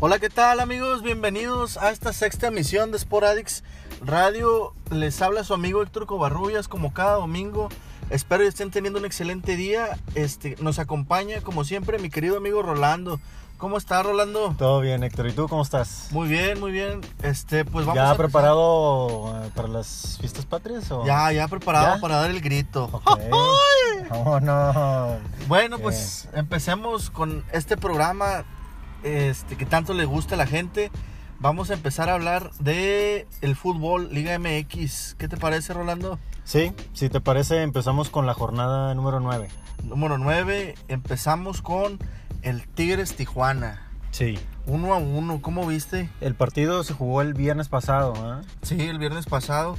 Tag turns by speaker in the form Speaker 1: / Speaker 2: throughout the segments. Speaker 1: Hola, ¿qué tal amigos? Bienvenidos a esta sexta emisión de Sporadix Radio. Les habla su amigo Héctor Covarrubias como cada domingo. Espero que estén teniendo un excelente día. Este, nos acompaña como siempre mi querido amigo Rolando. ¿Cómo está Rolando?
Speaker 2: Todo bien, Héctor. ¿Y tú cómo estás?
Speaker 1: Muy bien, muy bien. Este, pues vamos
Speaker 2: ¿Ya
Speaker 1: a empezar.
Speaker 2: preparado eh, para las fiestas patrias o...?
Speaker 1: Ya, ya preparado
Speaker 2: ¿Ya?
Speaker 1: para dar el grito.
Speaker 2: Ok. Oh, Vámonos.
Speaker 1: Bueno,
Speaker 2: Ok.
Speaker 1: pues empecemos con este programa este, que tanto le gusta a la gente. Vamos a empezar a hablar de el fútbol, Liga MX. ¿Qué te parece, Rolando?
Speaker 2: Sí, si te parece, empezamos con la jornada número 9.
Speaker 1: Número 9, empezamos con el Tigres Tijuana.
Speaker 2: Sí.
Speaker 1: Uno a uno, ¿cómo viste?
Speaker 2: El partido se jugó el viernes pasado, ¿ah?
Speaker 1: Sí, el viernes pasado.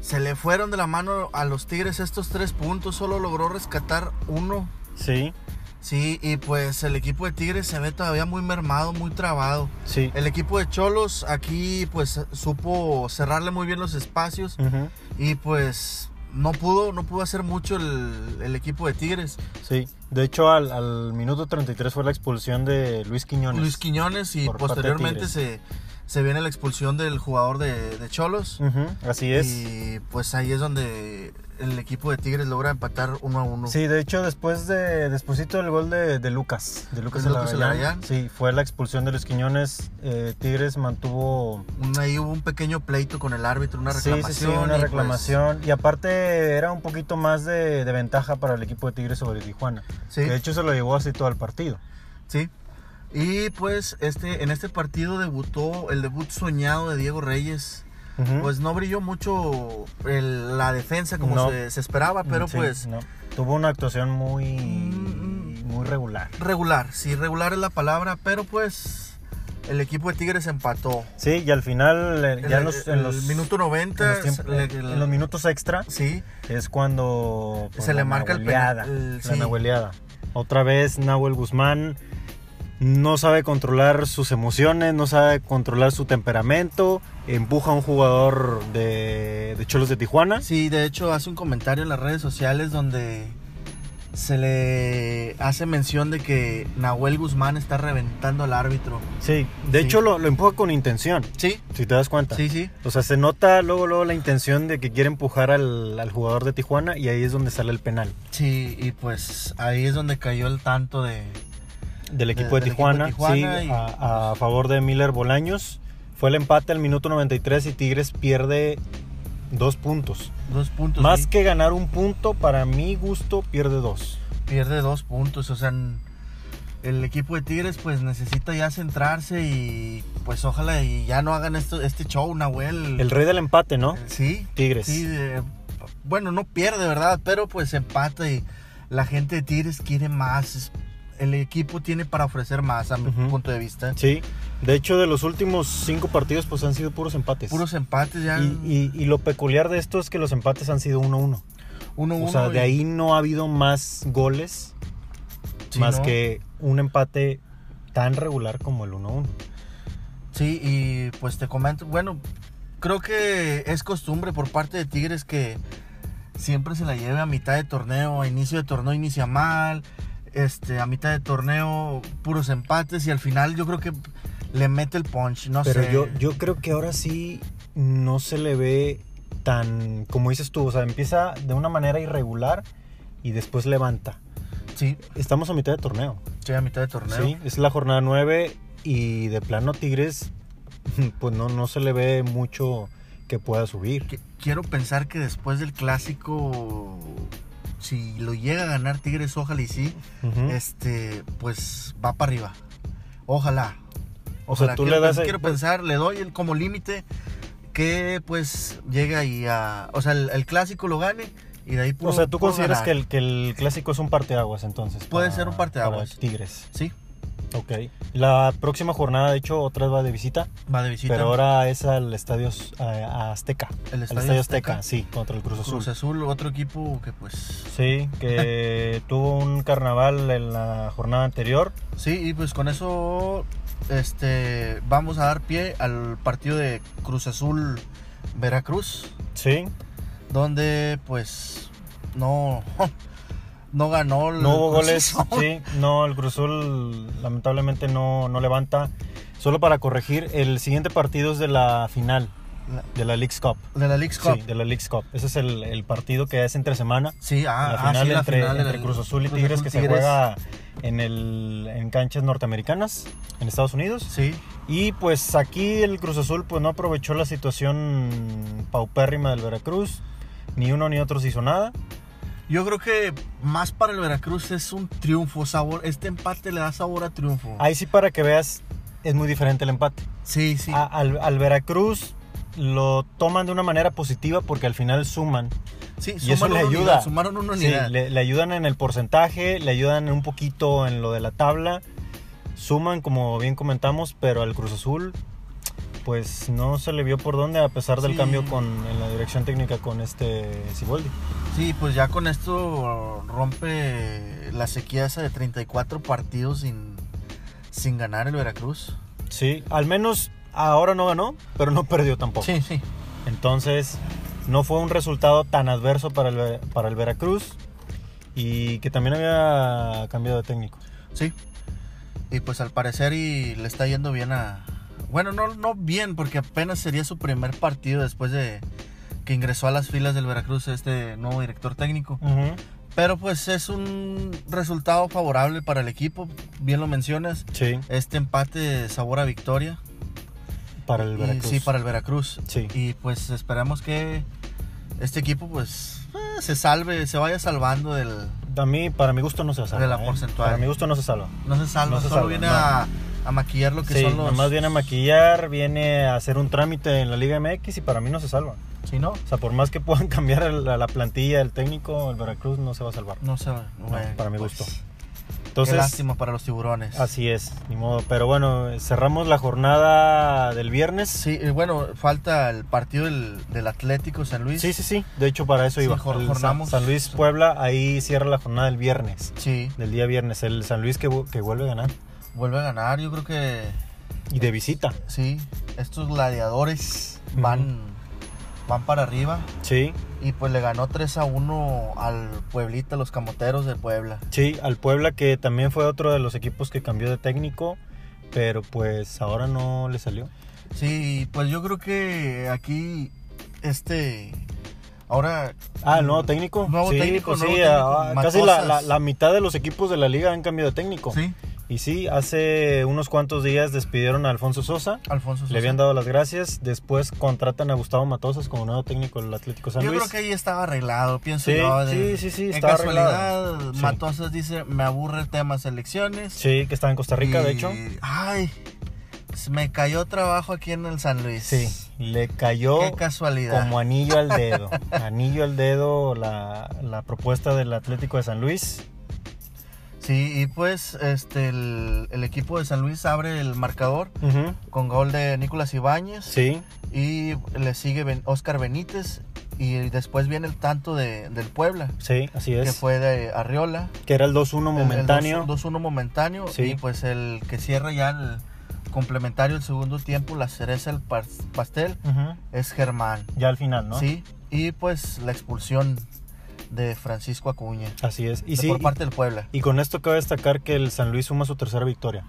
Speaker 1: Se le fueron de la mano a los Tigres estos tres puntos, solo logró rescatar uno.
Speaker 2: Sí,
Speaker 1: Sí, y pues el equipo de Tigres se ve todavía muy mermado, muy trabado.
Speaker 2: sí.
Speaker 1: El equipo de Cholos aquí pues supo cerrarle muy bien los espacios
Speaker 2: Ujú,
Speaker 1: y pues no pudo, no pudo hacer mucho el, el equipo de Tigres.
Speaker 2: Sí. De hecho, al, al minuto 33 fue la expulsión de Luis Quiñones.
Speaker 1: Luis Quiñones y
Speaker 2: Por parte de
Speaker 1: posteriormente
Speaker 2: Tigres.
Speaker 1: se, se viene la expulsión del jugador de, de Cholos.
Speaker 2: Ujú, Así es.
Speaker 1: Y pues ahí es donde el equipo de Tigres logra empatar uno a uno.
Speaker 2: Sí, de hecho, después de despuésito del gol de, de Lucas, de Lucas
Speaker 1: ¿De Lucas
Speaker 2: Alavellán,
Speaker 1: Alavellán?
Speaker 2: sí, fue la expulsión de los Quiñones. eh, Tigres mantuvo
Speaker 1: Un- ahí hubo un pequeño pleito con el árbitro, una
Speaker 2: Sí,
Speaker 1: reclamación.
Speaker 2: sí, sí, una
Speaker 1: y, pues,
Speaker 2: reclamación. Y aparte era un poquito más de, de ventaja para el equipo de Tigres sobre Tijuana.
Speaker 1: sí.
Speaker 2: De hecho se lo llevó así todo el partido.
Speaker 1: Sí. Y pues este, en este partido debutó el debut soñado de Diego Reyes.
Speaker 2: Ujú.
Speaker 1: Pues no brilló mucho el- la defensa como
Speaker 2: No. Mm,
Speaker 1: se, se esperaba, pero
Speaker 2: Sí,
Speaker 1: pues
Speaker 2: no. Tuvo una actuación muy,
Speaker 1: Mm,
Speaker 2: muy regular.
Speaker 1: regular. Sí, regular es la palabra, pero pues el equipo de Tigres empató.
Speaker 2: Sí, y al final, eh, ya en los, en
Speaker 1: el
Speaker 2: los-
Speaker 1: minuto
Speaker 2: en
Speaker 1: 90,
Speaker 2: los tiempos-
Speaker 1: le-
Speaker 2: en los minutos extra
Speaker 1: sí,
Speaker 2: es cuando pues,
Speaker 1: Se le
Speaker 2: la
Speaker 1: marca el pen-
Speaker 2: nahueleada,
Speaker 1: el-
Speaker 2: la
Speaker 1: sí.
Speaker 2: nahueleada. Otra vez Nahuel Guzmán no sabe controlar sus emociones, no sabe controlar su temperamento, empuja a un jugador de, de Cholos de Tijuana.
Speaker 1: sí, de hecho hace un comentario en las redes sociales donde se le hace mención de que Nahuel Guzmán está reventando al árbitro.
Speaker 2: Sí, de
Speaker 1: Sí.
Speaker 2: hecho lo, lo empuja con intención,
Speaker 1: Sí,
Speaker 2: si te das cuenta.
Speaker 1: sí, sí.
Speaker 2: O sea, se nota luego, luego la intención de que quiere empujar al, al jugador de Tijuana y ahí es donde sale el penal
Speaker 1: Sí, y pues ahí es donde cayó el tanto de... Del
Speaker 2: del equipo de,
Speaker 1: equipo de
Speaker 2: Tijuana,
Speaker 1: Tijuana
Speaker 2: sí,
Speaker 1: y-
Speaker 2: a, a favor de Miller Bolaños. Fue el empate al minuto 93 y Tigres pierde dos puntos.
Speaker 1: Dos puntos.
Speaker 2: Más
Speaker 1: sí.
Speaker 2: que ganar un punto, para mi gusto pierde dos.
Speaker 1: Pierde dos puntos. O sea, n- el equipo de Tigres pues necesita ya centrarse y pues ojalá y ya no hagan esto, este show, Nahuel. Eh,
Speaker 2: El rey del empate, ¿no?
Speaker 1: Sí.
Speaker 2: Tigres.
Speaker 1: Sí, de- bueno, no pierde, ¿verdad? Pero pues empata y la gente de Tigres quiere más. Es- El equipo tiene para ofrecer más a mi
Speaker 2: Ujú.
Speaker 1: punto de vista.
Speaker 2: Sí. De hecho, de los últimos cinco partidos, pues han sido puros empates.
Speaker 1: Puros empates ya.
Speaker 2: y, y- y lo peculiar de esto es que los empates han sido 1-1.
Speaker 1: uno,
Speaker 2: O sea,
Speaker 1: uno
Speaker 2: de
Speaker 1: y-
Speaker 2: ahí no ha habido más goles,
Speaker 1: Sí,
Speaker 2: más
Speaker 1: ¿no?
Speaker 2: que un empate tan regular como el 1-1.
Speaker 1: Sí, y pues te comento, bueno, creo que es costumbre por parte de Tigres que siempre se la lleve a mitad de torneo, a inicio de torneo inicia mal, este, a mitad de torneo puros empates y al final yo creo que le mete el punch, no
Speaker 2: Pero
Speaker 1: sé.
Speaker 2: yo, yo creo que ahora sí no se le ve tan, como dices tú, o sea, empieza de una manera irregular y después levanta.
Speaker 1: Sí,
Speaker 2: Estamos a mitad de torneo.
Speaker 1: estoy a mitad de torneo.
Speaker 2: Sí, es la jornada 9 y de plano Tigres, pues no, no se le ve mucho que pueda subir.
Speaker 1: Qui- Quiero pensar que después del clásico, si lo llega a ganar Tigres, ojalá y sí,
Speaker 2: Ujú.
Speaker 1: este, pues va para arriba. Ojalá.
Speaker 2: O sea,
Speaker 1: Ojalá.
Speaker 2: tú
Speaker 1: quiero,
Speaker 2: le das pues.
Speaker 1: pens-
Speaker 2: el-
Speaker 1: quiero pensar, le doy el, como límite que pues llega y a... O sea, el, el clásico lo gane y de ahí
Speaker 2: o sea, tú consideras que el, que el clásico es un parteaguas entonces.
Speaker 1: Puede ser un parteaguas.
Speaker 2: para Tigres.
Speaker 1: Sí,
Speaker 2: Ok. La próxima jornada, de hecho, otra va de visita,
Speaker 1: va de visita.
Speaker 2: pero ahora es al estadio eh, a Azteca.
Speaker 1: el
Speaker 2: Al estadio Azteca, sí, contra el Cruz Azul.
Speaker 1: Cruz Azul, otro equipo que pues...
Speaker 2: Sí, que tuvo un carnaval en la jornada anterior.
Speaker 1: Sí, y pues con eso este, vamos a dar pie al partido de Cruz Azul Veracruz,
Speaker 2: Sí.
Speaker 1: donde pues no, no ganó. el
Speaker 2: No hubo
Speaker 1: Cruz
Speaker 2: goles,
Speaker 1: Azul.
Speaker 2: sí. No, el Cruz Azul lamentablemente no, no levanta. Solo para corregir, el siguiente partido es de la final
Speaker 1: La-
Speaker 2: de la League's Cup.
Speaker 1: De la League's Cup.
Speaker 2: Sí, de la League's Cup. Ese es el, el partido que es entre semana.
Speaker 1: Sí, ah,
Speaker 2: la
Speaker 1: ah,
Speaker 2: final
Speaker 1: sí, la
Speaker 2: entre,
Speaker 1: final de la-
Speaker 2: entre Cruz Azul y
Speaker 1: Cruz
Speaker 2: Tigres
Speaker 1: Azul,
Speaker 2: que se
Speaker 1: Tigres.
Speaker 2: juega en, el, en canchas norteamericanas, en Estados Unidos.
Speaker 1: Sí,
Speaker 2: Y pues aquí el Cruz Azul pues no aprovechó la situación paupérrima del Veracruz. Ni uno ni otro se hizo nada.
Speaker 1: yo creo que más para el Veracruz es un triunfo, sabor. Este empate le da sabor a triunfo.
Speaker 2: Ahí sí para que veas, es muy diferente el empate.
Speaker 1: sí, sí.
Speaker 2: A- al, al Veracruz lo toman de una manera positiva porque al final suman.
Speaker 1: sí,
Speaker 2: y eso
Speaker 1: sumaron
Speaker 2: le
Speaker 1: una
Speaker 2: ayuda.
Speaker 1: unidad, sumaron una
Speaker 2: Sí,
Speaker 1: unidad.
Speaker 2: le, le ayudan en el porcentaje, le ayudan un poquito en lo de la tabla. Suman, como bien comentamos, pero al Cruz Azul, pues no se le vio por dónde, a pesar del
Speaker 1: Sí.
Speaker 2: cambio con, en la dirección técnica con este Siboldi.
Speaker 1: Sí, pues ya con esto rompe la sequía esa de 34 partidos sin, sin ganar el Veracruz.
Speaker 2: Sí, al menos ahora no ganó, pero no perdió tampoco.
Speaker 1: Sí, sí.
Speaker 2: Entonces, no fue un resultado tan adverso para el, Ver- para el Veracruz y que también había cambiado de técnico.
Speaker 1: Sí. Y pues al parecer y le está yendo bien a... Bueno, no, no bien, porque apenas sería su primer partido después de que ingresó a las filas del Veracruz este nuevo director técnico. Pero pues es un resultado favorable para el equipo, bien lo mencionas.
Speaker 2: Sí,
Speaker 1: Este empate sabor a victoria.
Speaker 2: para el
Speaker 1: Y
Speaker 2: Veracruz.
Speaker 1: sí, para el Veracruz.
Speaker 2: Sí.
Speaker 1: Y pues esperamos que este equipo pues eh, se salve, se vaya salvando del...
Speaker 2: A mí, para mi gusto no se salva.
Speaker 1: De la
Speaker 2: ¿eh?
Speaker 1: porcentual.
Speaker 2: Para mi gusto no se salva.
Speaker 1: No se salva,
Speaker 2: No se
Speaker 1: solo
Speaker 2: salva,
Speaker 1: viene
Speaker 2: no.
Speaker 1: a, a maquillar lo que
Speaker 2: Sí,
Speaker 1: son los...
Speaker 2: nomás viene a maquillar, viene a hacer un trámite en la Liga MX y para mí no se salva.
Speaker 1: Sí, no,
Speaker 2: O sea, por más que puedan cambiar el- la, la plantilla, el técnico, el Veracruz no se va a salvar.
Speaker 1: no se va. Bueno,
Speaker 2: para mi
Speaker 1: pues,
Speaker 2: gusto.
Speaker 1: qué
Speaker 2: Entonces,
Speaker 1: lástima para los tiburones.
Speaker 2: Así es, ni modo. Pero bueno, cerramos la jornada del viernes.
Speaker 1: Sí, y bueno, falta el partido del, del Atlético San Luis.
Speaker 2: sí, sí. sí. De hecho, para eso
Speaker 1: Sí,
Speaker 2: iba.
Speaker 1: jor-
Speaker 2: El San,
Speaker 1: jornamos.
Speaker 2: San Luis Puebla, ahí cierra la jornada del viernes.
Speaker 1: Sí,
Speaker 2: Del día viernes. El San Luis que, vu- que vuelve a ganar.
Speaker 1: vuelve a ganar, yo creo que
Speaker 2: Y de visita.
Speaker 1: sí, estos gladiadores van, van para arriba.
Speaker 2: Sí,
Speaker 1: Y pues le ganó 3 a 1 al Pueblita, los camoteros de Puebla.
Speaker 2: sí. Al Puebla que también fue otro de los equipos que cambió de técnico. Pero pues ahora no le salió.
Speaker 1: Sí, pues yo creo que aquí, este, ahora...
Speaker 2: Ah, el nuevo técnico.
Speaker 1: Nuevo
Speaker 2: sí,
Speaker 1: técnico,
Speaker 2: pues
Speaker 1: nuevo
Speaker 2: sí,
Speaker 1: técnico,
Speaker 2: ah, casi la, la-
Speaker 1: Matosas.
Speaker 2: la mitad de los equipos de la liga han cambiado de técnico.
Speaker 1: Sí,
Speaker 2: Y sí, hace unos cuantos días despidieron a Alfonso Sosa.
Speaker 1: Alfonso Sosa.
Speaker 2: Le habían dado las gracias. Después contratan a Gustavo Matosas como nuevo técnico del Atlético San
Speaker 1: Yo
Speaker 2: Luis.
Speaker 1: creo que ahí estaba arreglado, pienso
Speaker 2: Sí,
Speaker 1: yo.
Speaker 2: sí, sí, sí,
Speaker 1: en
Speaker 2: estaba
Speaker 1: casualidad,
Speaker 2: arreglado. Sí.
Speaker 1: Matosas dice, me aburre el tema selecciones.
Speaker 2: Sí, que está en Costa Rica, de hecho.
Speaker 1: Y, Ay, pues, me cayó trabajo aquí en el San Luis.
Speaker 2: Sí, le cayó
Speaker 1: Qué casualidad.
Speaker 2: como anillo al dedo. anillo al dedo la, la propuesta del Atlético de San Luis.
Speaker 1: Sí, y pues este el, el equipo de San Luis abre el marcador
Speaker 2: Ujú,
Speaker 1: con gol de Nicolás Ibáñez.
Speaker 2: Sí,
Speaker 1: Y le sigue Ben- Oscar Benítez. Y después viene el tanto de, del Puebla,
Speaker 2: sí, así
Speaker 1: que
Speaker 2: es.
Speaker 1: fue de Arriola.
Speaker 2: Que era el 2-1
Speaker 1: El- el
Speaker 2: momentáneo.
Speaker 1: 2 2-1 momentáneo.
Speaker 2: Sí.
Speaker 1: Y pues el que cierra ya el complementario, el segundo tiempo, la cereza, el pas- pastel,
Speaker 2: Ujú,
Speaker 1: es Germán.
Speaker 2: Ya al final, ¿no?
Speaker 1: Sí. Y pues la expulsión de Francisco Acuña.
Speaker 2: Así es. Y
Speaker 1: de-
Speaker 2: sí,
Speaker 1: por parte del Puebla.
Speaker 2: y con esto cabe destacar que el San Luis suma su tercera victoria.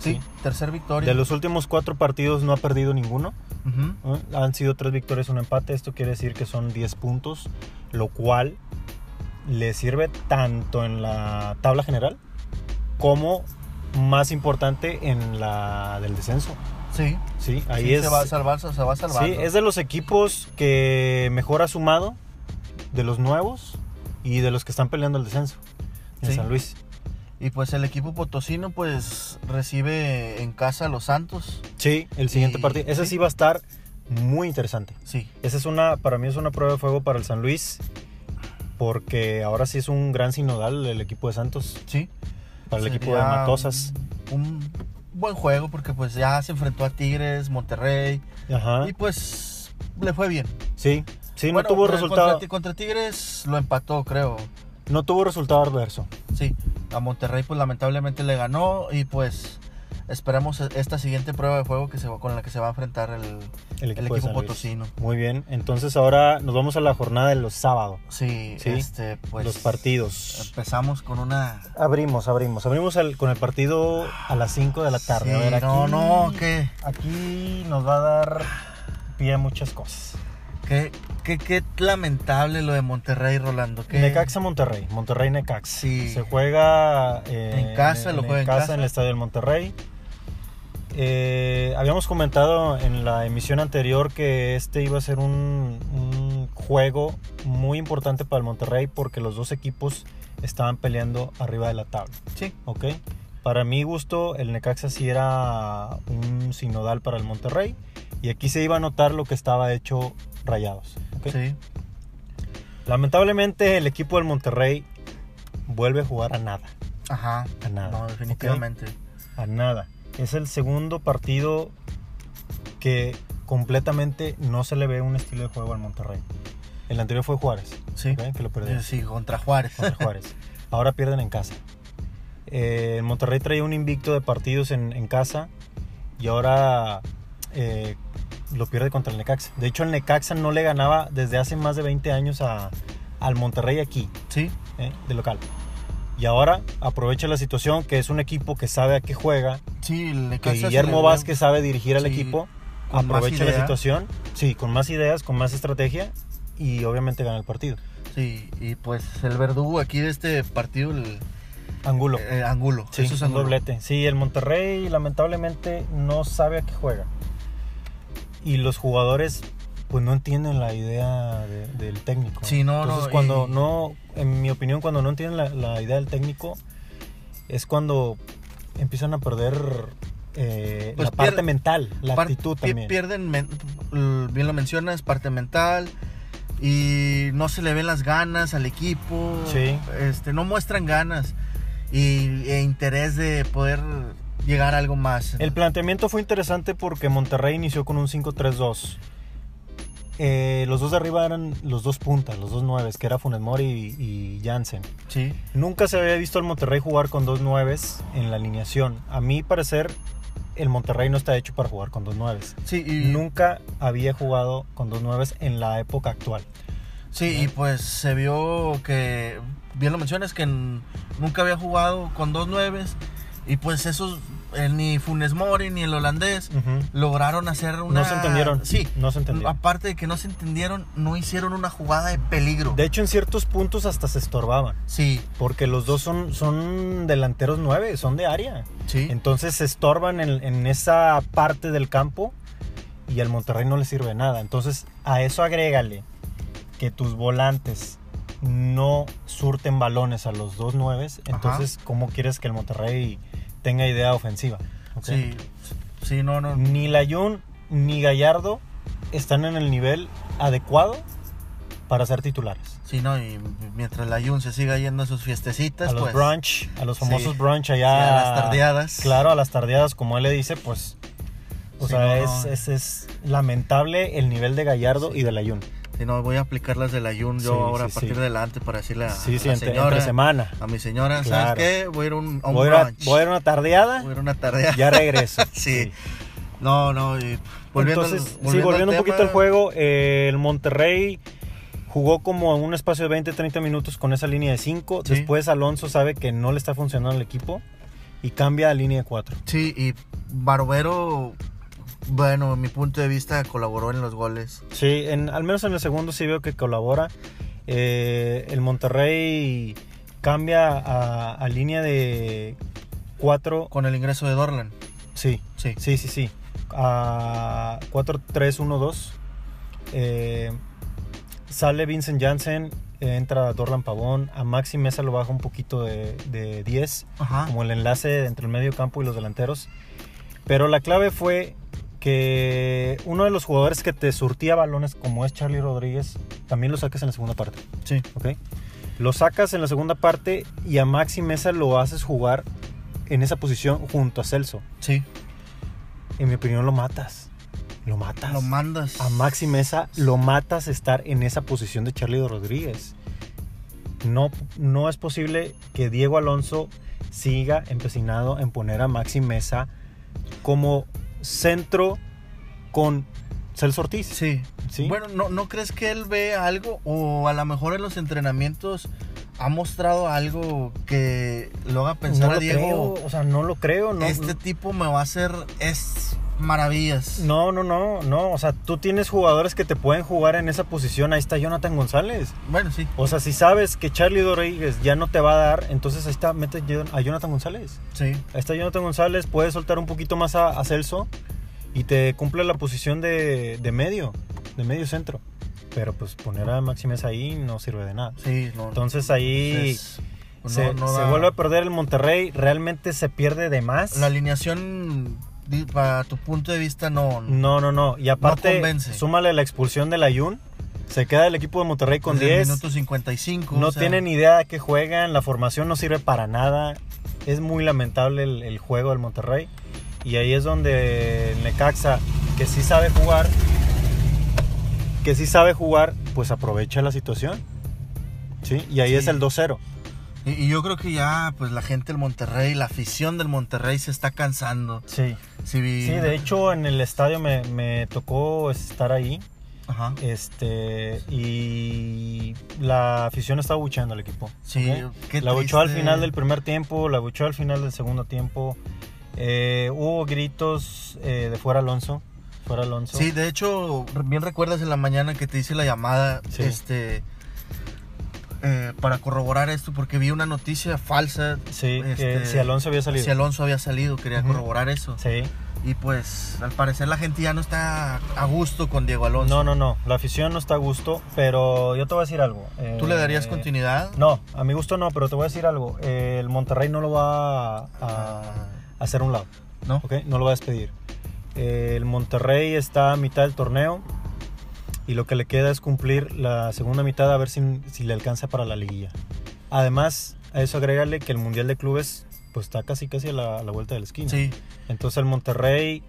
Speaker 1: Sí,
Speaker 2: sí.
Speaker 1: tercer victoria.
Speaker 2: De los últimos cuatro partidos no ha perdido ninguno.
Speaker 1: Ujú.
Speaker 2: ¿Eh? Han sido tres victorias, un empate. Esto quiere decir que son 10 puntos, lo cual le sirve tanto en la tabla general como más importante en la del descenso.
Speaker 1: Sí.
Speaker 2: Sí, ahí
Speaker 1: sí,
Speaker 2: es.
Speaker 1: Se va a salvar, se se va a salvar.
Speaker 2: sí, es de los equipos que mejor ha sumado de los nuevos y de los que están peleando el descenso en
Speaker 1: Sí.
Speaker 2: San Luis.
Speaker 1: Y pues el equipo potosino pues recibe en casa a los Santos.
Speaker 2: Sí, el siguiente
Speaker 1: Y-
Speaker 2: partido. Ese
Speaker 1: sí.
Speaker 2: sí va a estar muy interesante.
Speaker 1: Sí.
Speaker 2: Esa es una, para mí es una prueba de fuego para el San Luis, porque ahora sí es un gran sinodal el equipo de Santos,
Speaker 1: Sí.
Speaker 2: para el equipo de
Speaker 1: Sería
Speaker 2: Matosas.
Speaker 1: Un buen juego porque pues ya se enfrentó a Tigres, Monterrey
Speaker 2: Ajá.
Speaker 1: y pues le fue bien.
Speaker 2: Sí, sí,
Speaker 1: Bueno,
Speaker 2: no tuvo
Speaker 1: contra-
Speaker 2: resultado,
Speaker 1: Contra, Tigres lo empató, creo.
Speaker 2: no tuvo resultado adverso.
Speaker 1: Sí. A Monterrey pues lamentablemente le ganó y pues Esperamos esta siguiente prueba de fuego que se va, con la que se va a enfrentar el, el equipo, el equipo
Speaker 2: de San Luis.
Speaker 1: potosino.
Speaker 2: Muy bien, entonces ahora nos vamos a la jornada de los sábados.
Speaker 1: Sí,
Speaker 2: Sí,
Speaker 1: este, pues.
Speaker 2: los partidos.
Speaker 1: Empezamos con una.
Speaker 2: eh, Abrimos, abrimos. Abrimos al- con el partido a las 5 de la tarde.
Speaker 1: Sí,
Speaker 2: A ver,
Speaker 1: no,
Speaker 2: aquí-
Speaker 1: no, ¿qué?
Speaker 2: Aquí nos va a dar pie a muchas cosas.
Speaker 1: Qué, qué, qué lamentable lo de Monterrey, Rolando. Qué,
Speaker 2: Necaxa Monterrey, Monterrey Necaxa.
Speaker 1: Sí.
Speaker 2: Se juega eh,
Speaker 1: En casa, lo juega en
Speaker 2: casa,
Speaker 1: casa.
Speaker 2: en el Estadio del Monterrey. Eh, habíamos comentado en la emisión anterior que este iba a ser un, un juego muy importante para el Monterrey porque los dos equipos estaban peleando arriba de la tabla,
Speaker 1: Sí,
Speaker 2: ¿ok? Para mi gusto, el Necaxa sí era un sinodal para el Monterrey y aquí se iba a notar lo que estaba hecho rayados. ¿ok?
Speaker 1: sí.
Speaker 2: Lamentablemente el equipo del Monterrey vuelve a jugar a nada.
Speaker 1: Ajá.
Speaker 2: A nada.
Speaker 1: No,
Speaker 2: Ah, ¿ok?
Speaker 1: definitivamente.
Speaker 2: A nada. Es el segundo partido que completamente no se le ve un estilo de juego al Monterrey. El anterior fue Juárez,
Speaker 1: Sí.
Speaker 2: ¿ok? que lo perdió
Speaker 1: Sí, contra Juárez.
Speaker 2: contra Juárez. Ahora pierden en casa. Eh, el Monterrey traía un invicto de partidos en, en casa y ahora eh, lo pierde contra el Necaxa. De hecho, el Necaxa no le ganaba desde hace más de 20 años a- al Monterrey aquí.
Speaker 1: Sí,
Speaker 2: ¿eh? de local. Y ahora aprovecha la situación que es un equipo que sabe a qué juega,
Speaker 1: sí. Le
Speaker 2: que Guillermo Vázquez sabe dirigir al
Speaker 1: Sí,
Speaker 2: equipo,
Speaker 1: con más
Speaker 2: aprovecha la
Speaker 1: idea.
Speaker 2: situación, sí, con más ideas, con más estrategia y obviamente gana el partido.
Speaker 1: Sí, y pues el verdugo aquí de este partido, el
Speaker 2: Angulo.
Speaker 1: eh, Angulo.
Speaker 2: Sí,
Speaker 1: Jesús
Speaker 2: un
Speaker 1: Angulo.
Speaker 2: doblete. Sí, el Monterrey lamentablemente no sabe a qué juega. Y los jugadores pues no entienden la idea de- del técnico.
Speaker 1: Sí, no, no,
Speaker 2: Entonces cuando
Speaker 1: y-
Speaker 2: no, en mi opinión, cuando no entienden la, la idea del técnico es cuando empiezan a perder eh,
Speaker 1: Pues
Speaker 2: la parte
Speaker 1: pier-
Speaker 2: mental, la
Speaker 1: Par-
Speaker 2: actitud
Speaker 1: pi-
Speaker 2: también.
Speaker 1: Pierden, men- l- bien lo mencionas, parte mental. Y no se le ven las ganas al equipo.
Speaker 2: Sí.
Speaker 1: Este, no muestran ganas y, e interés de poder llegar a algo más.
Speaker 2: El planteamiento fue interesante porque Monterrey inició con un 5-3-2. Eh, los dos de arriba eran los dos puntas, los dos nueves, que era Funes Mori y, y Jansen.
Speaker 1: Sí,
Speaker 2: Nunca se había visto al Monterrey jugar con dos nueves en la alineación. A mi parecer, el Monterrey no está hecho para jugar con dos nueves.
Speaker 1: sí, y,
Speaker 2: Nunca había jugado con dos nueves en la época actual.
Speaker 1: sí, y pues se vio que, bien lo mencionas, que n- nunca había jugado con dos nueves. Y pues esos, eh, ni Funes Mori ni el holandés, lograron hacer una...
Speaker 2: No se entendieron.
Speaker 1: Sí.
Speaker 2: no se entendieron.
Speaker 1: Aparte de que no se entendieron, no hicieron una jugada de peligro.
Speaker 2: De hecho, en ciertos puntos hasta se estorbaban.
Speaker 1: Sí,
Speaker 2: Porque los dos son, son delanteros nueve, son de área.
Speaker 1: sí.
Speaker 2: Entonces se estorban en, en esa parte del campo y al Monterrey no le sirve de nada. Entonces a eso agrégale que tus volantes no surten balones a los dos nueves. Entonces, ¿cómo quieres que el Monterrey tenga idea ofensiva? ¿Ok?
Speaker 1: Sí, sí, no, no.
Speaker 2: Ni Layún ni Gallardo están en el nivel adecuado para ser titulares.
Speaker 1: Sí, no, y mientras la Jun se siga yendo a sus fiestecitas,
Speaker 2: a los
Speaker 1: pues.
Speaker 2: brunch, a los
Speaker 1: sí.
Speaker 2: famosos brunch
Speaker 1: sí,
Speaker 2: allá.
Speaker 1: a las tardeadas.
Speaker 2: Claro, a las tardeadas, como él le dice, pues. O
Speaker 1: Sí,
Speaker 2: sea,
Speaker 1: no,
Speaker 2: es,
Speaker 1: no.
Speaker 2: es- es lamentable el nivel de Gallardo y de Layun.
Speaker 1: Sí, no, voy a aplicar las de la Jun yo
Speaker 2: Sí,
Speaker 1: ahora
Speaker 2: sí,
Speaker 1: a partir
Speaker 2: sí.
Speaker 1: de adelante para decirle a,
Speaker 2: Sí, sí,
Speaker 1: a Ah, la
Speaker 2: entre,
Speaker 1: señora.
Speaker 2: entre semana.
Speaker 1: A mi señora,
Speaker 2: Claro.
Speaker 1: ¿sabes qué? Voy a ir un, a un
Speaker 2: Voy a, ir a-
Speaker 1: brunch.
Speaker 2: voy a ir a una tardeada,
Speaker 1: Voy a ir a una tardeada.
Speaker 2: ya regreso.
Speaker 1: Sí. No, no, y volviendo, al-
Speaker 2: Entonces, sí,
Speaker 1: al
Speaker 2: volviendo un
Speaker 1: tema,
Speaker 2: poquito al juego, eh, el Monterrey jugó como un espacio de 20, 30 minutos con esa línea de 5.
Speaker 1: Sí.
Speaker 2: Después Alonso sabe que no le está funcionando el equipo y cambia a línea de 4.
Speaker 1: Sí, y Barovero, bueno, mi punto de vista colaboró en los goles.
Speaker 2: Sí, en, al menos en el segundo sí veo que colabora. Eh, el Monterrey cambia a, a línea de 4.
Speaker 1: Con el ingreso de Dorlan.
Speaker 2: Sí,
Speaker 1: Sí.
Speaker 2: sí, sí, sí. A 4-3-1-2. Eh, sale Vincent Janssen, entra Dorlan Pavón. A Maxi Mesa lo baja un poquito de, de 10,
Speaker 1: Ajá.
Speaker 2: como el enlace entre el medio campo y los delanteros. Pero la clave fue que uno de los jugadores que te surtía balones, como es Charlie Rodríguez, también lo saques en la segunda parte.
Speaker 1: Sí.
Speaker 2: ¿ok? Lo sacas en la segunda parte y a Maxi Mesa lo haces jugar en esa posición junto a Celso.
Speaker 1: Sí.
Speaker 2: En mi opinión, lo matas. Lo matas.
Speaker 1: Lo mandas.
Speaker 2: a Maxi Mesa lo matas estar en esa posición de Charlie Rodríguez. No, no es posible que Diego Alonso siga empecinado en poner a Maxi Mesa como centro con Celso Ortiz.
Speaker 1: Sí.
Speaker 2: ¿sí?
Speaker 1: Bueno, ¿no, ¿no crees que él ve algo o a lo mejor en los entrenamientos ha mostrado algo que lo haga pensar
Speaker 2: no
Speaker 1: a
Speaker 2: lo
Speaker 1: Diego?
Speaker 2: creo, o sea, no lo creo. No,
Speaker 1: este tipo me va a hacer es maravillas.
Speaker 2: no, no, no, no. O sea, tú tienes jugadores que te pueden jugar en esa posición. Ahí está Jonathan González.
Speaker 1: Bueno, sí.
Speaker 2: O sea, si sabes que Charlie Rodríguez ya no te va a dar, entonces ahí está, mete a Jonathan González.
Speaker 1: Sí.
Speaker 2: Ahí está Jonathan González, puedes soltar un poquito más a, a Celso y te cumple la posición de, de medio, de medio centro. Pero pues poner a Maximes ahí no sirve de nada.
Speaker 1: Sí, no.
Speaker 2: Entonces ahí
Speaker 1: entonces, pues no-
Speaker 2: se,
Speaker 1: no
Speaker 2: se
Speaker 1: da-
Speaker 2: vuelve pues, a perder el Monterrey, realmente se pierde de más.
Speaker 1: La alineación, di- para tu punto de vista, no.
Speaker 2: No, no, no. Y aparte,
Speaker 1: convence.
Speaker 2: súmale la expulsión del Ayun, se queda el equipo de Monterrey con
Speaker 1: Desde el
Speaker 2: 10.
Speaker 1: Minuto 55.
Speaker 2: No
Speaker 1: o sea,
Speaker 2: tienen idea de qué juegan, la formación no sirve para nada. Es muy lamentable el, el juego del Monterrey. Y ahí es donde el Necaxa, que sí sabe jugar, que sí sabe jugar, pues aprovecha la situación. ¿Sí? Y ahí
Speaker 1: Sí.
Speaker 2: es el 2-0.
Speaker 1: Y, y yo creo que ya, pues la gente del Monterrey, la afición del Monterrey se está cansando.
Speaker 2: Sí.
Speaker 1: Sí, vi-
Speaker 2: Sí, de hecho en el estadio me, me tocó estar ahí.
Speaker 1: Ajá.
Speaker 2: Este, y la afición estaba buchando al equipo.
Speaker 1: Sí,
Speaker 2: ¿ok?
Speaker 1: qué
Speaker 2: La buchó al
Speaker 1: triste.
Speaker 2: final del primer tiempo, la buchó al final del segundo tiempo. Eh, hubo gritos eh, de fuera Alonso. Fuera Alonso.
Speaker 1: Sí, de hecho, bien recuerdas en la mañana que te hice la llamada
Speaker 2: Sí.
Speaker 1: este, eh, para corroborar esto, porque vi una noticia falsa.
Speaker 2: Sí, que
Speaker 1: este,
Speaker 2: si Alonso había salido.
Speaker 1: Si Alonso había salido, quería
Speaker 2: Ujú.
Speaker 1: corroborar eso.
Speaker 2: Sí.
Speaker 1: Y pues, al parecer, la gente ya no está a gusto con Diego Alonso.
Speaker 2: No, no, no. La afición no está a gusto, pero yo te voy a decir algo.
Speaker 1: ¿Tú le darías
Speaker 2: Eh,
Speaker 1: continuidad?
Speaker 2: No, a mi gusto no, pero te voy a decir algo. Eh, el Monterrey no lo va a- a
Speaker 1: Ah,
Speaker 2: hacer a un lado.
Speaker 1: ¿No?
Speaker 2: Ok, no lo va a despedir. Eh, El Monterrey está a mitad del torneo y lo que le queda es cumplir la segunda mitad a ver si, si le alcanza para la liguilla. Además, a eso agrégale que el Mundial de Clubes pues está casi casi a la, a la vuelta de la esquina.
Speaker 1: Sí,
Speaker 2: Entonces el Monterrey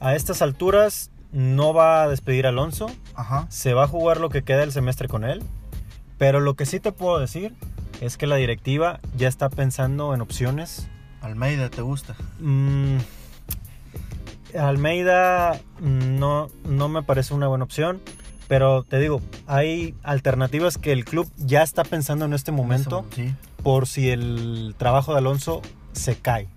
Speaker 2: a estas alturas no va a despedir a Alonso,
Speaker 1: ajá.
Speaker 2: se va a jugar lo que queda del semestre con él, pero lo que sí te puedo decir es que la directiva ya está pensando en opciones
Speaker 1: Almeida, ¿te gusta?
Speaker 2: Mm, Almeida mm, no, no me parece una buena opción, pero te digo, hay alternativas que el club ya está pensando en este momento
Speaker 1: Sí.
Speaker 2: por si el trabajo de Alonso se cae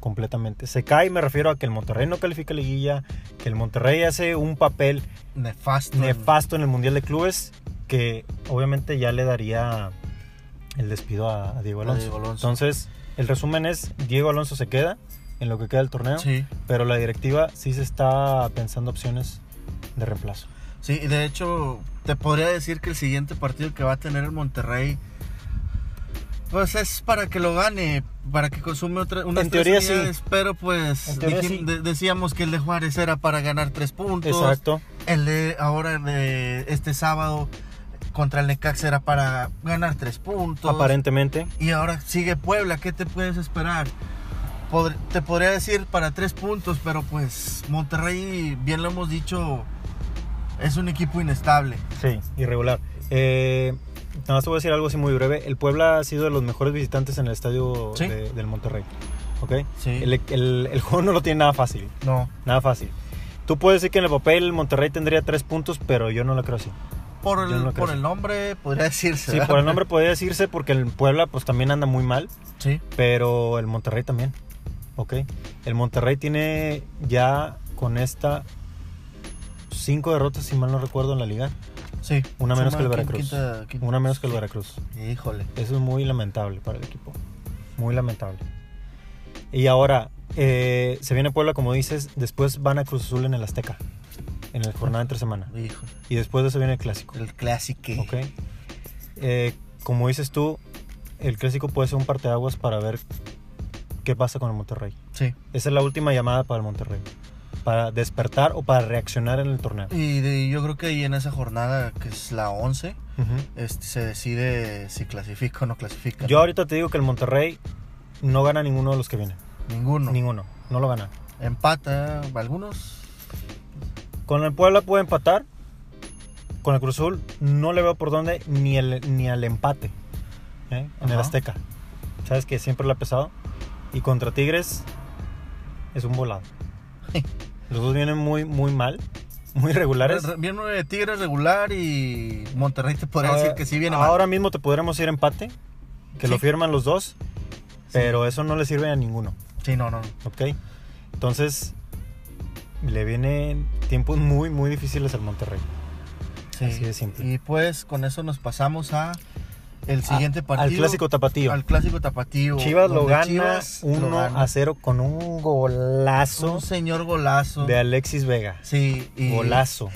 Speaker 2: completamente. Se cae, me refiero a que el Monterrey no califica a liguilla, que el Monterrey hace un papel
Speaker 1: Nefasto.
Speaker 2: nefasto en el Mundial de Clubes que obviamente ya le daría el despido a, a Diego
Speaker 1: A
Speaker 2: Alonso.
Speaker 1: Diego Alonso.
Speaker 2: Entonces, el resumen es, Diego Alonso se queda en lo que queda del torneo,
Speaker 1: Sí.
Speaker 2: pero la directiva sí se está pensando opciones de reemplazo.
Speaker 1: Sí, y de hecho, te podría decir que el siguiente partido que va a tener el Monterrey, pues es para que lo gane, para que consume otra, unas
Speaker 2: En
Speaker 1: tres
Speaker 2: teoría, sí.
Speaker 1: unidades, pero pues
Speaker 2: En teoría,
Speaker 1: dijim-
Speaker 2: sí.
Speaker 1: de- decíamos que el de Juárez era para ganar tres puntos,
Speaker 2: Exacto.
Speaker 1: el de ahora de este sábado contra el Necaxa era para ganar tres puntos,
Speaker 2: Aparentemente.
Speaker 1: y ahora sigue Puebla, ¿qué te puedes esperar? Podr- te podría decir para tres puntos, pero pues Monterrey, bien lo hemos dicho, es un equipo inestable.
Speaker 2: Sí, irregular. Eh, nada más te voy a decir algo así muy breve. El Puebla ha sido de los mejores visitantes en el estadio
Speaker 1: Sí.
Speaker 2: de- del Monterrey. ¿ok?
Speaker 1: Sí.
Speaker 2: El, el- el juego no lo tiene nada fácil.
Speaker 1: e- No,
Speaker 2: Nada fácil. Tú puedes decir que en el papel Monterrey tendría tres puntos, pero yo no lo creo así.
Speaker 1: por
Speaker 2: Yo
Speaker 1: el,
Speaker 2: no lo creo
Speaker 1: por
Speaker 2: así.
Speaker 1: el nombre podría decirse.
Speaker 2: Sí,
Speaker 1: ¿verdad?
Speaker 2: por el nombre podría decirse porque el Puebla pues también anda muy mal,
Speaker 1: Sí,
Speaker 2: pero el Monterrey también. Ok. El Monterrey tiene ya con esta cinco derrotas, si mal no recuerdo, en la liga.
Speaker 1: sí.
Speaker 2: Una menos que el
Speaker 1: Suma
Speaker 2: Veracruz.
Speaker 1: quinta- quinta-
Speaker 2: Una menos que el Veracruz.
Speaker 1: Híjole.
Speaker 2: Eso es muy lamentable para el equipo. Muy lamentable. Y ahora, eh, se viene Puebla, como dices, después van a Cruz Azul en el Azteca, en la jornada entre semana.
Speaker 1: Híjole.
Speaker 2: Y después de eso viene el clásico.
Speaker 1: El clásico.
Speaker 2: Ok. Eh, como dices tú, el clásico puede ser un parteaguas para ver qué pasa con el Monterrey.
Speaker 1: Sí.
Speaker 2: Esa es la última llamada para el Monterrey. Para despertar o para reaccionar en el torneo.
Speaker 1: Y de- yo creo que ahí en esa jornada, que es la 11,
Speaker 2: Ujú.
Speaker 1: este, se decide si clasifica o no clasifica.
Speaker 2: Yo ahorita te digo que el Monterrey no gana ninguno de los que vienen.
Speaker 1: Ninguno.
Speaker 2: Ninguno. No lo gana.
Speaker 1: Empata algunos.
Speaker 2: Con el Puebla puede empatar. Con el Cruz Azul no le veo por dónde ni, el, ni al empate. ¿eh? En el
Speaker 1: Ajá.
Speaker 2: Azteca. Sabes que siempre lo ha pesado. Y contra Tigres es un volado. Los dos vienen muy, muy mal, muy regulares.
Speaker 1: Viene eh, Tigres regular y Monterrey te podría
Speaker 2: Ah,
Speaker 1: decir que sí viene mal.
Speaker 2: Ahora mismo te podremos ir empate, que lo
Speaker 1: Sí.
Speaker 2: firman los dos, pero eso no le sirve a ninguno,
Speaker 1: Sí, no, no.
Speaker 2: ¿ok? Entonces, le vienen tiempos muy, muy difíciles al Monterrey.
Speaker 1: Sí.
Speaker 2: Así de simple.
Speaker 1: Y pues con eso nos pasamos a el siguiente
Speaker 2: A-
Speaker 1: partido.
Speaker 2: Ah, Al clásico tapatío.
Speaker 1: Al clásico tapatío.
Speaker 2: Chivas lo
Speaker 1: donde
Speaker 2: gana
Speaker 1: Chivas lo
Speaker 2: 1
Speaker 1: gana.
Speaker 2: a 0 con un golazo
Speaker 1: Un señor golazo.
Speaker 2: de Alexis Vega.
Speaker 1: Sí, y
Speaker 2: Golazo.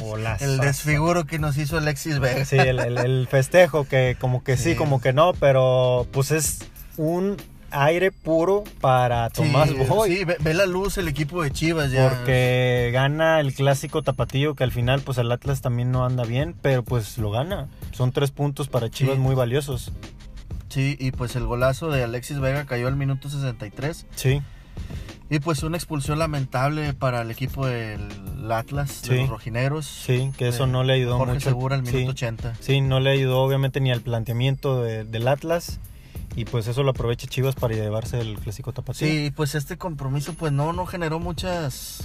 Speaker 2: Golazo.
Speaker 1: el desfiguro que nos hizo Alexis Vega.
Speaker 2: Sí, el, el- el festejo que como que sí,
Speaker 1: Sí.
Speaker 2: como que no, pero pues es un aire puro para Tomás
Speaker 1: sí,
Speaker 2: Boy.
Speaker 1: sí, ve, ve la luz el equipo de Chivas ya.
Speaker 2: Porque gana el clásico tapatío que al final pues el Atlas también no anda bien, pero pues lo gana. Son tres puntos para Chivas
Speaker 1: Sí.
Speaker 2: muy valiosos.
Speaker 1: Sí, y pues el golazo de Alexis Vega cayó al minuto 63.
Speaker 2: Sí.
Speaker 1: Y pues una expulsión lamentable para el equipo del Atlas, de
Speaker 2: Sí.
Speaker 1: los rojineros.
Speaker 2: Sí, que eso
Speaker 1: de
Speaker 2: no le ayudó
Speaker 1: Jorge
Speaker 2: mucho.
Speaker 1: Segura al minuto
Speaker 2: Sí.
Speaker 1: 80.
Speaker 2: Sí, no le ayudó obviamente ni al planteamiento de- del Atlas. Y pues eso lo aprovecha Chivas para llevarse el clásico tapatío.
Speaker 1: Sí, pues este compromiso pues no, no generó muchas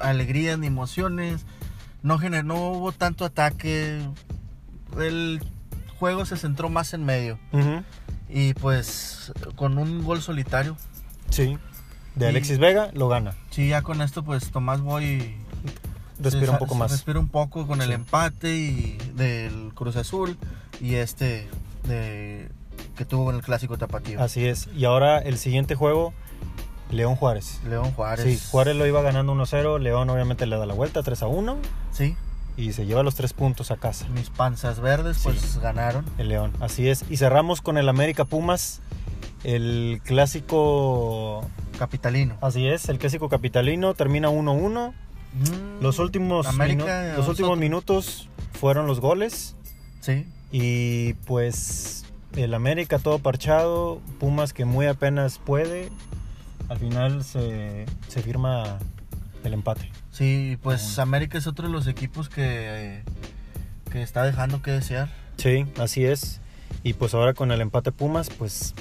Speaker 1: alegrías ni emociones. No, gener- no hubo tanto ataque. El juego se centró más en medio.
Speaker 2: Ujú,
Speaker 1: Y pues con un gol solitario.
Speaker 2: sí. De
Speaker 1: Y-
Speaker 2: Alexis Vega lo gana.
Speaker 1: Sí, ya con esto pues Tomás Boy
Speaker 2: Respira
Speaker 1: se-
Speaker 2: un poco
Speaker 1: se
Speaker 2: más.
Speaker 1: Respira un poco con el
Speaker 2: Sí.
Speaker 1: empate y del Cruz Azul y este de, que tuvo con el clásico tapatío.
Speaker 2: Así es. Y ahora el siguiente juego, León Juárez.
Speaker 1: León Juárez.
Speaker 2: Sí, Juárez lo iba ganando 1-0. León obviamente le da la vuelta 3-1
Speaker 1: Sí,
Speaker 2: y se lleva los tres puntos a casa.
Speaker 1: mis panzas verdes
Speaker 2: Sí.
Speaker 1: pues ganaron.
Speaker 2: El León, así es. Y cerramos con el América Pumas, el clásico.
Speaker 1: Capitalino.
Speaker 2: Así es, el clásico capitalino termina 1-1.
Speaker 1: Mm,
Speaker 2: Los últimos,
Speaker 1: América,
Speaker 2: minu-
Speaker 1: a
Speaker 2: los últimos
Speaker 1: nosotros.
Speaker 2: minutos fueron los goles.
Speaker 1: Sí,
Speaker 2: Y pues el América todo parchado, Pumas que muy apenas puede. Al final se, se firma el empate.
Speaker 1: sí, pues
Speaker 2: Ah,
Speaker 1: América es otro de los equipos que, que está dejando que desear.
Speaker 2: Sí, así es. Y pues ahora con el empate Pumas, pues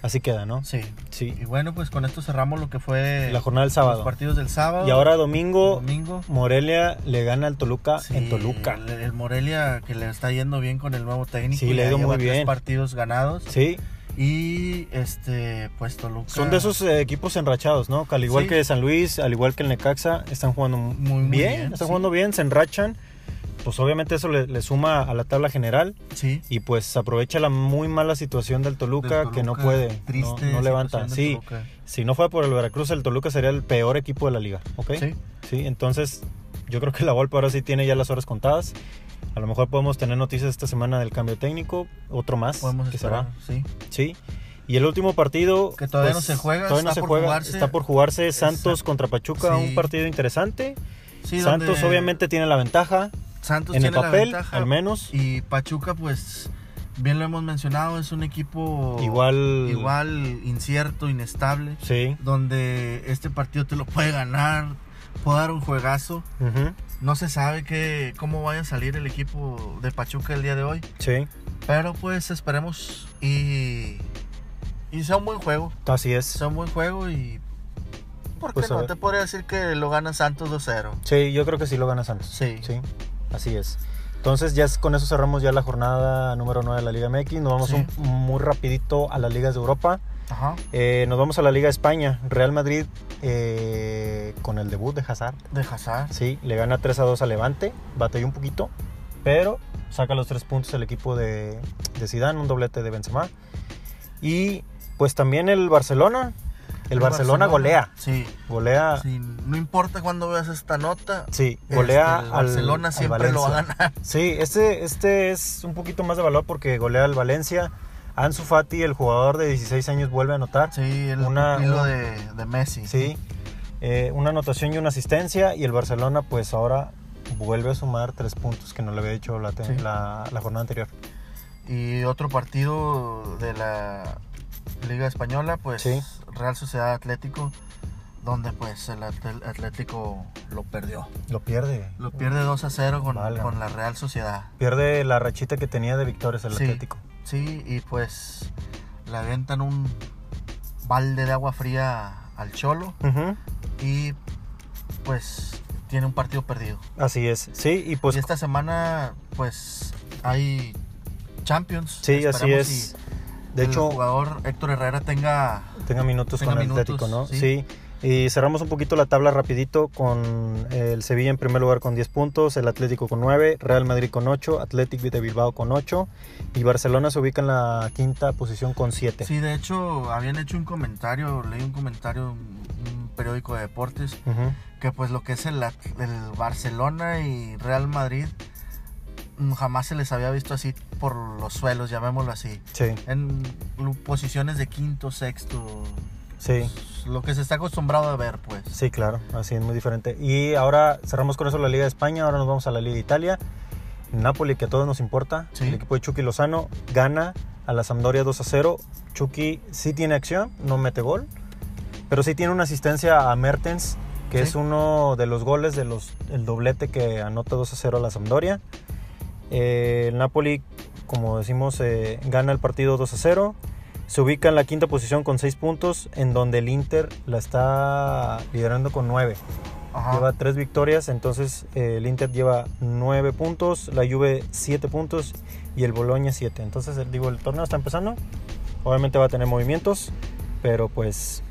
Speaker 2: así queda, ¿no?
Speaker 1: Sí.
Speaker 2: Sí.
Speaker 1: Y bueno, pues con esto cerramos lo que fue
Speaker 2: La jornada del
Speaker 1: los
Speaker 2: sábado.
Speaker 1: partidos del sábado.
Speaker 2: Y ahora domingo,
Speaker 1: domingo.
Speaker 2: Morelia le gana al Toluca en
Speaker 1: Sí,
Speaker 2: Toluca.
Speaker 1: El, el Morelia que le está yendo bien con el nuevo técnico.
Speaker 2: Sí,
Speaker 1: ya
Speaker 2: le ha ido
Speaker 1: lleva
Speaker 2: muy
Speaker 1: Tres
Speaker 2: bien.
Speaker 1: partidos ganados.
Speaker 2: Sí,
Speaker 1: Y este, pues Toluca.
Speaker 2: son de esos eh, equipos enrachados, ¿no? Que al igual
Speaker 1: Sí.
Speaker 2: que San Luis, al igual que el Necaxa, están jugando
Speaker 1: Muy,
Speaker 2: muy,
Speaker 1: muy
Speaker 2: bien,
Speaker 1: bien,
Speaker 2: están
Speaker 1: sí.
Speaker 2: jugando bien, se enrachan. Pues obviamente eso le, le suma a la tabla general
Speaker 1: Sí.
Speaker 2: y pues aprovecha la muy mala situación del Toluca,
Speaker 1: del
Speaker 2: que no
Speaker 1: Toluca,
Speaker 2: puede, no-
Speaker 1: Triste.
Speaker 2: no, levanta.
Speaker 1: situación del
Speaker 2: Sí,
Speaker 1: Toluca.
Speaker 2: si no fuera por el Veracruz, el Toluca sería el peor equipo de la liga, ¿ok?
Speaker 1: Sí.
Speaker 2: Sí, entonces yo creo que la Volpe ahora sí tiene ya las horas contadas. A lo mejor podemos tener noticias esta semana del cambio técnico, otro más
Speaker 1: Podemos
Speaker 2: que se va.
Speaker 1: esperar. Sí.
Speaker 2: Sí. Y el último partido pues,
Speaker 1: Que todavía no se juega,
Speaker 2: todavía no
Speaker 1: está
Speaker 2: se
Speaker 1: por
Speaker 2: juega,
Speaker 1: jugarse.
Speaker 2: está por jugarse Santos
Speaker 1: Exacto.
Speaker 2: contra Pachuca,
Speaker 1: Sí.
Speaker 2: un partido interesante.
Speaker 1: Sí,
Speaker 2: Santos
Speaker 1: donde
Speaker 2: obviamente tiene la ventaja
Speaker 1: Santos
Speaker 2: en el
Speaker 1: tiene la
Speaker 2: papel,
Speaker 1: ventaja,
Speaker 2: al menos.
Speaker 1: Y Pachuca, pues, bien lo hemos mencionado, es un equipo
Speaker 2: igual
Speaker 1: igual incierto, inestable,
Speaker 2: Sí.
Speaker 1: donde este partido te lo puede ganar, puede dar un juegazo.
Speaker 2: ujú,
Speaker 1: No se sabe que, cómo vaya a salir el equipo de Pachuca el día de hoy,
Speaker 2: Sí.
Speaker 1: pero pues esperemos y, y sea un buen juego,
Speaker 2: Así es.
Speaker 1: sea un buen juego y... ¿Por qué
Speaker 2: Pues, a
Speaker 1: no?
Speaker 2: ver.
Speaker 1: Te podría decir que lo gana Santos 2-0.
Speaker 2: Sí, yo creo que sí lo gana Santos.
Speaker 1: Sí.
Speaker 2: Sí. Así es. Entonces ya es- con eso cerramos ya la jornada número 9 de la Liga MX. Nos vamos
Speaker 1: Sí.
Speaker 2: un- muy rapidito a las ligas de Europa.
Speaker 1: Ajá.
Speaker 2: Eh, nos vamos a la Liga de España. Real Madrid eh, con el debut de Hazard.
Speaker 1: De Hazard.
Speaker 2: Sí, le gana 3 a 2 a Levante. Batalló un poquito, pero saca los tres puntos el equipo de, de Zidane, un doblete de Benzema. Y pues también el Barcelona. El, Barcelona, golea. Ah.
Speaker 1: Sí.
Speaker 2: Golea. Sí,
Speaker 1: Sí, no importa cuándo veas esta nota.
Speaker 2: golea
Speaker 1: este, el
Speaker 2: al
Speaker 1: Barcelona
Speaker 2: al
Speaker 1: siempre lo va a
Speaker 2: Valencia.
Speaker 1: ganar.
Speaker 2: Sí, este, este es un poquito más de valor porque golea al Valencia. Ansu Fati, el jugador de 16 años, vuelve a anotar.
Speaker 1: Sí, el
Speaker 2: Una-
Speaker 1: pupilo de, de Messi.
Speaker 2: Sí. Eh, una anotación y una asistencia. Y el Barcelona, pues ahora vuelve a sumar tres puntos que no le había hecho la, te-
Speaker 1: Sí.
Speaker 2: la- la jornada anterior.
Speaker 1: Y otro partido de la Liga Española, pues
Speaker 2: Sí.
Speaker 1: Real Sociedad Atlético, donde pues el Atel- Atlético lo perdió.
Speaker 2: Lo pierde.
Speaker 1: Lo pierde 2 a 0 con,
Speaker 2: Válgame.
Speaker 1: con la Real Sociedad.
Speaker 2: Pierde la rachita que tenía de victorias el
Speaker 1: Sí.
Speaker 2: Atlético.
Speaker 1: Sí, y pues le avientan un balde de agua fría al Cholo
Speaker 2: Ujú,
Speaker 1: y pues tiene un partido perdido.
Speaker 2: Así es. Sí, y pues
Speaker 1: y esta semana pues hay Champions.
Speaker 2: sí, así
Speaker 1: Esperemos
Speaker 2: es.
Speaker 1: y
Speaker 2: De
Speaker 1: el
Speaker 2: hecho,
Speaker 1: jugador Héctor Herrera tenga
Speaker 2: tenga minutos
Speaker 1: tenga
Speaker 2: con el
Speaker 1: minutos,
Speaker 2: Atlético, ¿no?
Speaker 1: sí.
Speaker 2: Sí. Y cerramos un poquito la tabla rapidito con el Sevilla en primer lugar con 10 puntos, el Atlético con 9, Real Madrid con 8, Atlético de Bilbao con 8 y Barcelona se ubica en la quinta posición con 7.
Speaker 1: Sí, de hecho, habían hecho un comentario, leí un comentario en un periódico de deportes,
Speaker 2: Ujú.
Speaker 1: que pues lo que es el, At- el Barcelona y Real Madrid mm, jamás se les había visto así por los suelos, llamémoslo así.
Speaker 2: Sí,
Speaker 1: En lu- posiciones de quinto, sexto,
Speaker 2: sí,
Speaker 1: pues, lo que se está acostumbrado a ver, pues.
Speaker 2: sí, claro, así es muy diferente. Y ahora cerramos con eso la Liga de España, ahora nos vamos a la Liga de Italia. Napoli, que a todos nos importa,
Speaker 1: Sí.
Speaker 2: el equipo de Chucky Lozano gana a la Sampdoria 2 a 0. Chucky sí tiene acción, no mete gol, pero sí tiene una asistencia a Mertens, que
Speaker 1: Sí.
Speaker 2: es uno de los goles del doblete que anota 2 a 0 a la Sampdoria. Eh, el Napoli, como decimos, eh, gana el partido 2 a 0. Se ubica en la quinta posición con 6 puntos, en donde el Inter la está liderando con 9.
Speaker 1: Ajá.
Speaker 2: Lleva tres victorias, entonces eh, el Inter lleva nueve puntos, la Juve siete puntos y el Boloña siete. Entonces, el- digo, el torneo está empezando. Obviamente va a tener movimientos, pero pues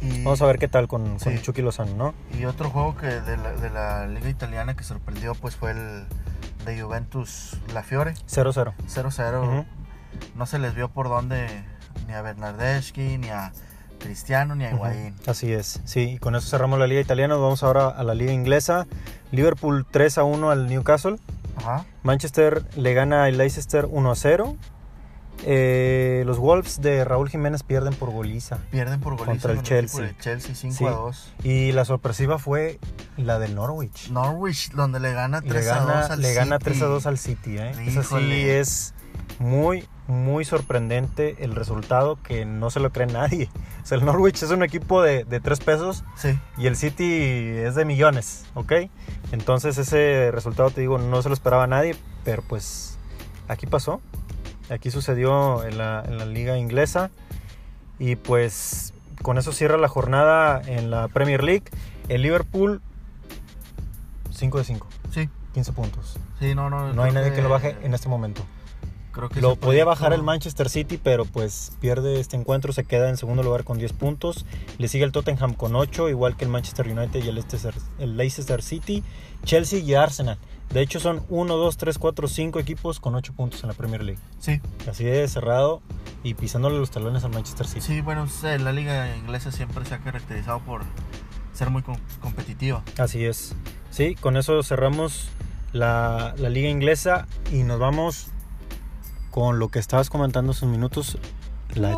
Speaker 1: Y,
Speaker 2: vamos a ver qué tal con, con
Speaker 1: Sí.
Speaker 2: Chucky Lozano, ¿no?
Speaker 1: y otro juego que de la, de la liga italiana que sorprendió pues fue el de Juventus La Fiore,
Speaker 2: 0-0.
Speaker 1: 0-0.
Speaker 2: Ujú.
Speaker 1: no se les vio por dónde ni a Bernardeschi, ni a Cristiano, ni a Higuaín.
Speaker 2: Ujú, Así es, sí, y con eso cerramos la liga italiana, nos vamos ahora a la liga inglesa. Liverpool 3 a 1 al Newcastle,
Speaker 1: Ajá.
Speaker 2: Manchester le gana al Leicester 1 a 0. Eh, los Wolves de Raúl Jiménez pierden por goliza.
Speaker 1: Pierden por goliza
Speaker 2: Contra el
Speaker 1: con equipo
Speaker 2: Chelsea.
Speaker 1: del Chelsea 5
Speaker 2: Sí.
Speaker 1: a 2.
Speaker 2: Y la sorpresiva fue la del Norwich.
Speaker 1: Norwich, donde le gana 3
Speaker 2: le
Speaker 1: a
Speaker 2: gana,
Speaker 1: 2 al
Speaker 2: le gana
Speaker 1: City.
Speaker 2: 3 a 2 al City. ¿eh? Esa sí
Speaker 1: Híjole.
Speaker 2: es muy, muy sorprendente el resultado que no se lo cree nadie. O sea, el Norwich es un equipo de, de 3 pesos
Speaker 1: Sí,
Speaker 2: y el City es de millones, ¿ok? Entonces ese resultado, te digo, no se lo esperaba nadie, pero pues aquí pasó. Aquí sucedió en la, en la liga inglesa. Y pues con eso cierra la jornada en la Premier League. El Liverpool, 5 de 5,
Speaker 1: sí,
Speaker 2: 15 puntos.
Speaker 1: sí, no, no.
Speaker 2: No hay
Speaker 1: creo
Speaker 2: nadie que lo baje en este momento.
Speaker 1: Creo Ah, que
Speaker 2: Lo
Speaker 1: ese
Speaker 2: podía
Speaker 1: proyecto-
Speaker 2: bajar el Manchester City, pero pues pierde este encuentro, se queda en segundo lugar con 10 puntos. Le sigue el Tottenham con 8, igual que el Manchester United y el Leicester, el Leicester City, Chelsea y Arsenal. De hecho son 1, 2, 3, 4, 5 equipos con 8 puntos en la Premier League.
Speaker 1: Sí,
Speaker 2: Así de cerrado y pisándole los talones al Manchester City.
Speaker 1: sí, bueno, sé, la liga inglesa siempre se ha caracterizado por ser muy com- competitiva.
Speaker 2: Así es. Sí, con eso cerramos la, la liga inglesa y nos vamos con lo que estabas comentando hace unos minutos. La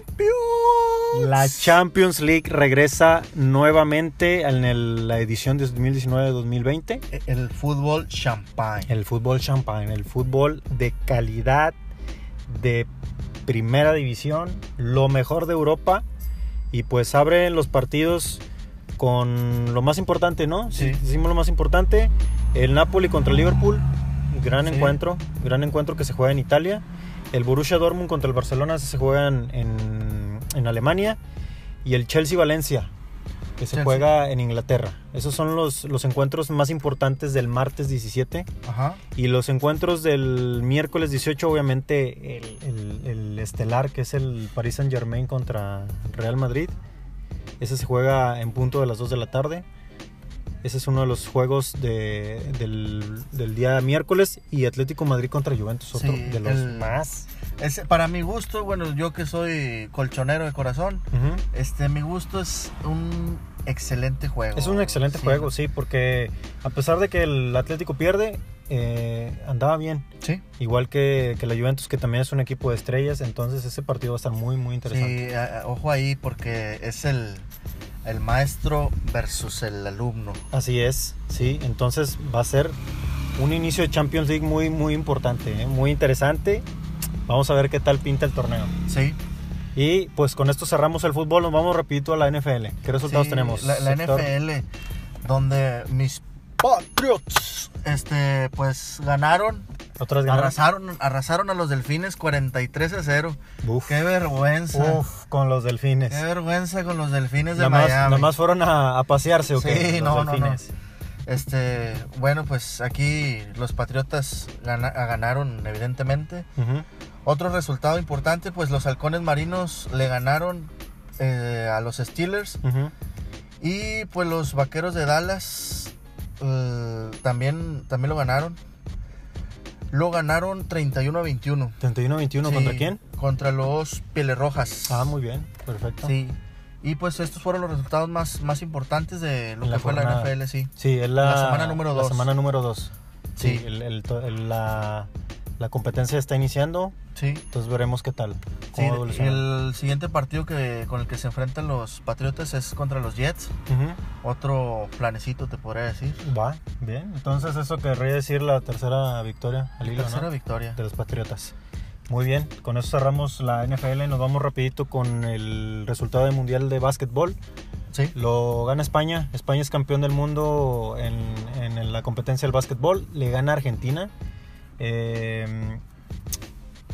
Speaker 1: Champions.
Speaker 2: La Champions League regresa nuevamente en el- la edición de 2019-2020.
Speaker 1: El fútbol champagne.
Speaker 2: El fútbol champagne, el fútbol de calidad, de primera división, lo mejor de Europa. Y pues abren los partidos con lo más importante, ¿no?
Speaker 1: Sí.
Speaker 2: Si Hicimos lo más importante. El Napoli contra el Liverpool, gran
Speaker 1: Sí.
Speaker 2: encuentro, gran encuentro que se juega en Italia. El Borussia Dortmund contra el Barcelona se juega en, en- en Alemania. Y el Chelsea-Valencia, que se
Speaker 1: Chelsea.
Speaker 2: juega en Inglaterra. Esos son los, los encuentros más importantes del martes 17.
Speaker 1: Ajá.
Speaker 2: Y los encuentros del miércoles 18, obviamente, el, el- el estelar, que es el Paris Saint Germain contra Real Madrid. Ese se juega en punto de las 2 de la tarde. Ese es uno de los juegos de- del, del día miércoles. Y Atlético Madrid contra Juventus, otro
Speaker 1: Sí,
Speaker 2: de los
Speaker 1: el-
Speaker 2: más.
Speaker 1: Ese, para mi gusto, bueno, yo que soy colchonero de corazón,
Speaker 2: Ujú.
Speaker 1: este, mi gusto es un excelente juego.
Speaker 2: Es un excelente
Speaker 1: Sí.
Speaker 2: juego, sí, porque a pesar de que el Atlético pierde, eh, andaba bien.
Speaker 1: Sí,
Speaker 2: Igual que, que la Juventus, que también es un equipo de estrellas. Entonces, ese partido va a estar muy, muy interesante.
Speaker 1: sí, a- a- ojo ahí porque es el, el maestro versus el alumno.
Speaker 2: Así es, sí. Entonces va a ser un inicio de Champions League muy, muy importante, ¿eh? muy interesante. Vamos a ver qué tal pinta el torneo.
Speaker 1: Sí,
Speaker 2: Y pues con esto cerramos el fútbol, nos vamos rapidito a la NFL. ¿Qué resultados
Speaker 1: sí,
Speaker 2: tenemos?
Speaker 1: La, la
Speaker 2: Héctor?
Speaker 1: NFL, donde mis Patriots, este, pues ganaron,
Speaker 2: Otras ganas.
Speaker 1: arrasaron, arrasaron a los delfines 43 a 0.
Speaker 2: Uf.
Speaker 1: Qué vergüenza.
Speaker 2: Uf, con los delfines.
Speaker 1: Qué vergüenza con los delfines de
Speaker 2: Nada más,
Speaker 1: Miami.
Speaker 2: nada más fueron a, a pasearse, ¿o qué?
Speaker 1: Sí,
Speaker 2: Los
Speaker 1: no, no, no.
Speaker 2: delfines.
Speaker 1: Este, bueno, pues aquí los Patriotas gana- ganaron, evidentemente.
Speaker 2: Ujú.
Speaker 1: Otro resultado importante, pues los halcones marinos le ganaron eh, a los Steelers.
Speaker 2: Ujú.
Speaker 1: Y pues los vaqueros de Dallas eh, también, también lo ganaron. Lo ganaron 31 a 21.
Speaker 2: 31-21
Speaker 1: Sí,
Speaker 2: contra quién?
Speaker 1: Contra los Pieles Rojas.
Speaker 2: Ah, muy bien, perfecto. Sí,
Speaker 1: Sí. Y pues estos fueron los resultados más, más importantes de lo
Speaker 2: En la
Speaker 1: que fue
Speaker 2: jornada.
Speaker 1: la NFL, sí.
Speaker 2: es la,
Speaker 1: La semana número dos.
Speaker 2: La semana número 2. Sí,
Speaker 1: Sí.
Speaker 2: el- el to- el- la, la competencia está iniciando,
Speaker 1: Sí.
Speaker 2: entonces veremos qué tal.
Speaker 1: Sí,
Speaker 2: cómo evoluciona.
Speaker 1: el siguiente partido que, con el que se enfrentan los Patriotas es contra los Jets.
Speaker 2: Ujú.
Speaker 1: Otro planecito, te podría decir.
Speaker 2: Va, bien. Entonces eso querría decir la tercera victoria al hilo,
Speaker 1: Tercera
Speaker 2: ¿no?
Speaker 1: victoria.
Speaker 2: de los Patriotas. Muy bien, con eso cerramos la NFL y nos vamos rapidito con el resultado del Mundial de Básquetbol.
Speaker 1: Sí.
Speaker 2: Lo gana España. España es campeón del mundo en, en la competencia del básquetbol. Le gana Argentina. Eh,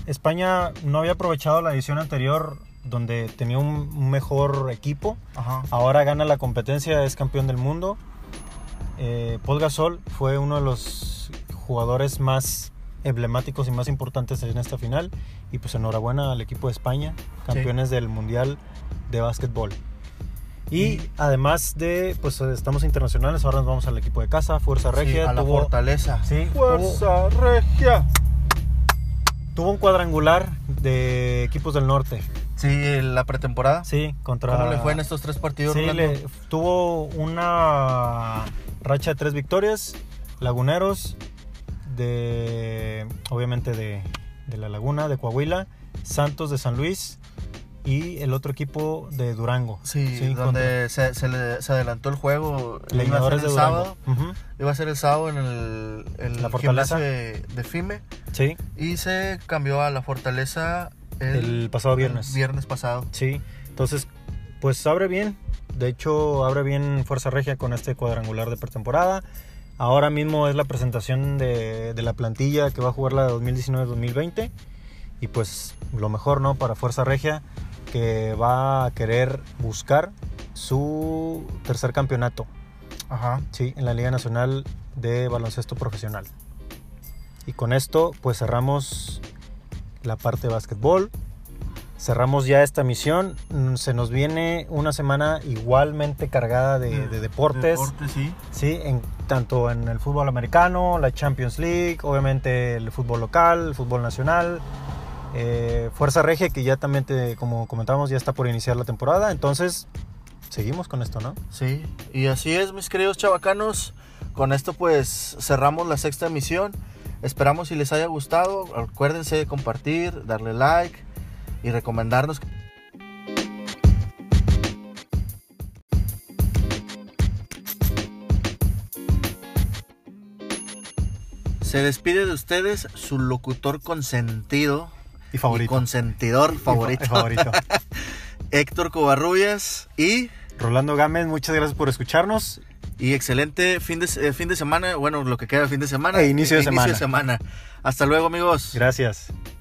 Speaker 2: España no había aprovechado la edición anterior donde tenía un un mejor equipo.
Speaker 1: Ajá.
Speaker 2: Ahora gana la competencia, es campeón del mundo. Eh, Paul Gasol fue uno de los jugadores más emblemáticos y más importantes en esta final. Y pues enhorabuena al equipo de España, campeones del Mundial de Básquetbol. Y,
Speaker 1: Y-
Speaker 2: además de, pues estamos internacionales, ahora nos vamos al equipo de casa, Fuerza
Speaker 1: Sí,
Speaker 2: Regia.
Speaker 1: a la
Speaker 2: tuvo-
Speaker 1: fortaleza.
Speaker 2: sí, tuvo-
Speaker 1: regia.
Speaker 2: tuvo un cuadrangular de equipos del norte.
Speaker 1: Sí, la pretemporada.
Speaker 2: Sí, contra...
Speaker 1: ¿Cómo le fue en estos tres partidos?
Speaker 2: Sí,
Speaker 1: Rolando?
Speaker 2: le- tuvo una racha de tres victorias, Laguneros, de obviamente de, de La Laguna, de Coahuila, Santos de San Luis y el otro equipo de Durango.
Speaker 1: Sí,
Speaker 2: contra
Speaker 1: donde se, se le- se adelantó el juego. Iba a ser
Speaker 2: Leñadores
Speaker 1: el
Speaker 2: de
Speaker 1: sábado.
Speaker 2: Durango. Ujú,
Speaker 1: Iba a ser el sábado en el, en
Speaker 2: La
Speaker 1: el gimnasio
Speaker 2: Fortaleza.
Speaker 1: de, de FIME.
Speaker 2: Sí,
Speaker 1: Y se cambió a la fortaleza
Speaker 2: el pasado viernes.
Speaker 1: el viernes pasado.
Speaker 2: Sí, entonces pues abre bien. De hecho, abre bien Fuerza Regia con este cuadrangular de pretemporada. Ahora mismo es la presentación de, de la plantilla que va a jugar la 2019-2020. Y pues lo mejor, ¿no? Para Fuerza Regia, que va a querer buscar su tercer campeonato,
Speaker 1: Ajá.
Speaker 2: ¿sí? En la Liga Nacional de Baloncesto Profesional. Y con esto, pues cerramos la parte de básquetbol. Cerramos ya esta misión. Mm, Se nos viene una semana igualmente cargada de, Mm, de deportes.
Speaker 1: Deportes, sí.
Speaker 2: Sí, en, tanto en el fútbol americano, la Champions League, obviamente el fútbol local, el fútbol nacional, eh, Fuerza Regia, que ya también, te, como comentamos, ya está por iniciar la temporada. Entonces, seguimos con esto, ¿no?
Speaker 1: Sí, y así es, mis queridos chavacanos. Con esto pues cerramos la sexta emisión. Esperamos si les haya gustado. Acuérdense de compartir, darle like y recomendarnos. Se despide de ustedes su locutor consentido
Speaker 2: Y
Speaker 1: y consentidor favorito,
Speaker 2: Y fa- favorito.
Speaker 1: Héctor Covarrubias y
Speaker 2: Rolando Gámez, muchas gracias por escucharnos.
Speaker 1: Y excelente fin de, eh, fin de semana, bueno, lo que queda de fin de semana.
Speaker 2: E inicio de semana.
Speaker 1: Hasta luego, amigos.
Speaker 2: Gracias.